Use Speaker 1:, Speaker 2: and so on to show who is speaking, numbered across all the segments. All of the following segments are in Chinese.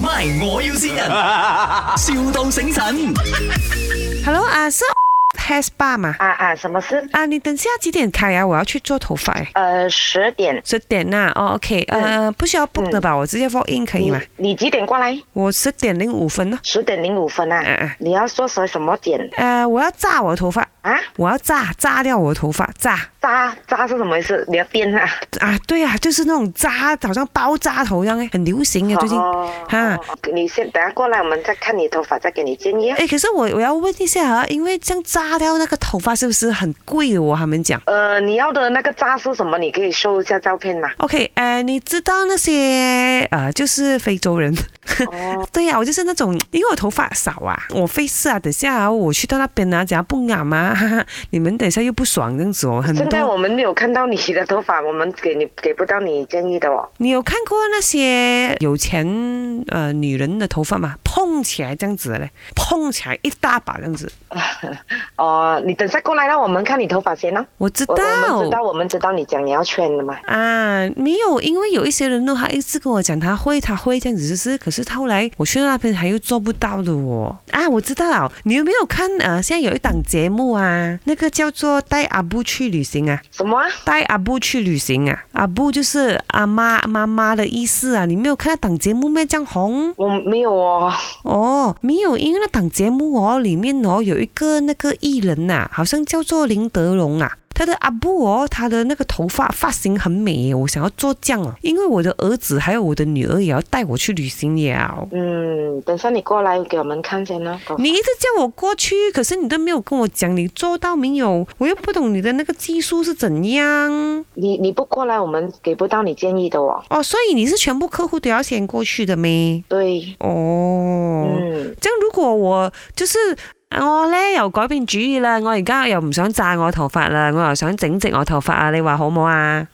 Speaker 1: My，我要先人，, 笑到醒神。
Speaker 2: Hello 啊，是 hair spa 嘛？
Speaker 3: 啊啊，什么事？
Speaker 2: 啊，你等下几点开呀、我要去做头发哎。
Speaker 3: 呃，十点
Speaker 2: 十点呐、哦，OK，呃，不需要 book 的吧？我直接 walk in 可以
Speaker 3: 你
Speaker 2: 吗？
Speaker 3: 你几点过来？
Speaker 2: 我十点零五分呢。
Speaker 3: 十点零五分啊！
Speaker 2: 嗯嗯
Speaker 3: 你要做什什么点
Speaker 2: 呃，我要炸我的头发，
Speaker 3: 啊？
Speaker 2: 我要炸炸掉我的头发，炸
Speaker 3: 扎扎是什么回事？你要编啊？
Speaker 2: 啊，对啊，就是那种扎，好像包扎头一样哎，很流行啊，最近
Speaker 3: 哦
Speaker 2: 哈。
Speaker 3: 你先等下过来，我们再看你头发，再给你建议啊。
Speaker 2: 哎，可是我我要问一下啊，因为这样扎掉那个头发是不是很贵的哦？我他们讲。
Speaker 3: 呃，你要的那个扎是什么？你可以收一下照片吗？
Speaker 2: OK，呃，你知道那些呃，就是非洲人，
Speaker 3: 哦
Speaker 2: 对呀、我就是那种，因为我头发少啊，我费事啊，等下、啊、我去到那边啊，怎样不染啊，哈哈， 你们等一下又不爽这样子哦，很
Speaker 3: 现在
Speaker 2: 多。
Speaker 3: 我们没有看到你的头发，我们给你给不到你建议的哦。
Speaker 2: 你有看过那些有钱呃女人的头发吗？碰起来这样子的嘞，碰起来一大把这样子。
Speaker 3: 哦、你等下过来让我们看你头发先啦、
Speaker 2: 我知
Speaker 3: 我
Speaker 2: 道。
Speaker 3: 我们知道，我们知道你讲你要圈的嘛。
Speaker 2: 啊，没有，因为有一些人呢，他一直跟我讲他会，他会这样子，就是，可是他后来我去到那边还又做不到的哦。啊，我知道了，你有没有看呃，现在有一档节目啊，那个叫做带阿布去旅行啊，
Speaker 3: 什么啊？
Speaker 2: 带阿布去旅行啊，阿布就是阿妈妈妈的意思啊，你没有看那档节目咩？这样红
Speaker 3: 我没有哦。
Speaker 2: 哦，没有，因为那档节目哦，里面哦有一个那个艺人呐、好像叫做林德荣啊。他的阿布哦，他的那个头发发型很美耶，我想要做这样哦，因为我的儿子还有我的女儿也要带我去旅行了。
Speaker 3: 嗯，等下你过来给我们看先啦。头发
Speaker 2: 你一直叫我过去，可是你都没有跟我讲你做到没有，我又不懂你的那个技术是怎样
Speaker 3: 你你不过来，我们给不到你建议的哦。
Speaker 2: 哦，所以你是全部客户都要先过去的咩？
Speaker 3: 对，
Speaker 2: 哦，
Speaker 3: 嗯，
Speaker 2: 即如果我就是啊我咧又改變主意啦，我而家又唔想炸我頭髮啦，我又想整直我頭髮啊，你話好唔好 啊？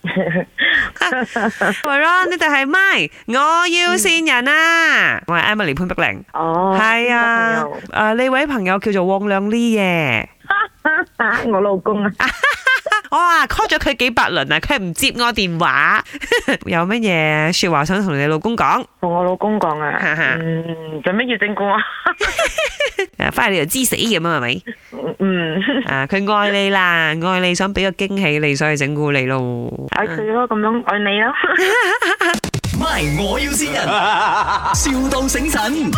Speaker 2: Ron，呢度係 My，我要善人啊！我係 Emily 潘碧玲，
Speaker 3: 哦，
Speaker 2: 係啊誒
Speaker 3: 呢個朋友，
Speaker 2: 呢位朋友叫做汪亮 Lee 嘅，
Speaker 3: 啊，我老公啊，
Speaker 2: 我啊 call 咗佢幾百輪啊，佢唔接我電話， 有乜嘢説話想同你老公講？
Speaker 3: 同我老公講啊
Speaker 2: 哈哈，
Speaker 3: 嗯，做咩要整蠱我？
Speaker 2: 誒，翻嚟你就知死咁啊，係咪？
Speaker 3: 嗯，
Speaker 2: 啊，佢愛你啦，愛你想俾個驚喜你，所以整蠱你咯。
Speaker 3: 愛佢咯，咁樣愛你咯。
Speaker 1: My，我要先人，,笑到醒神。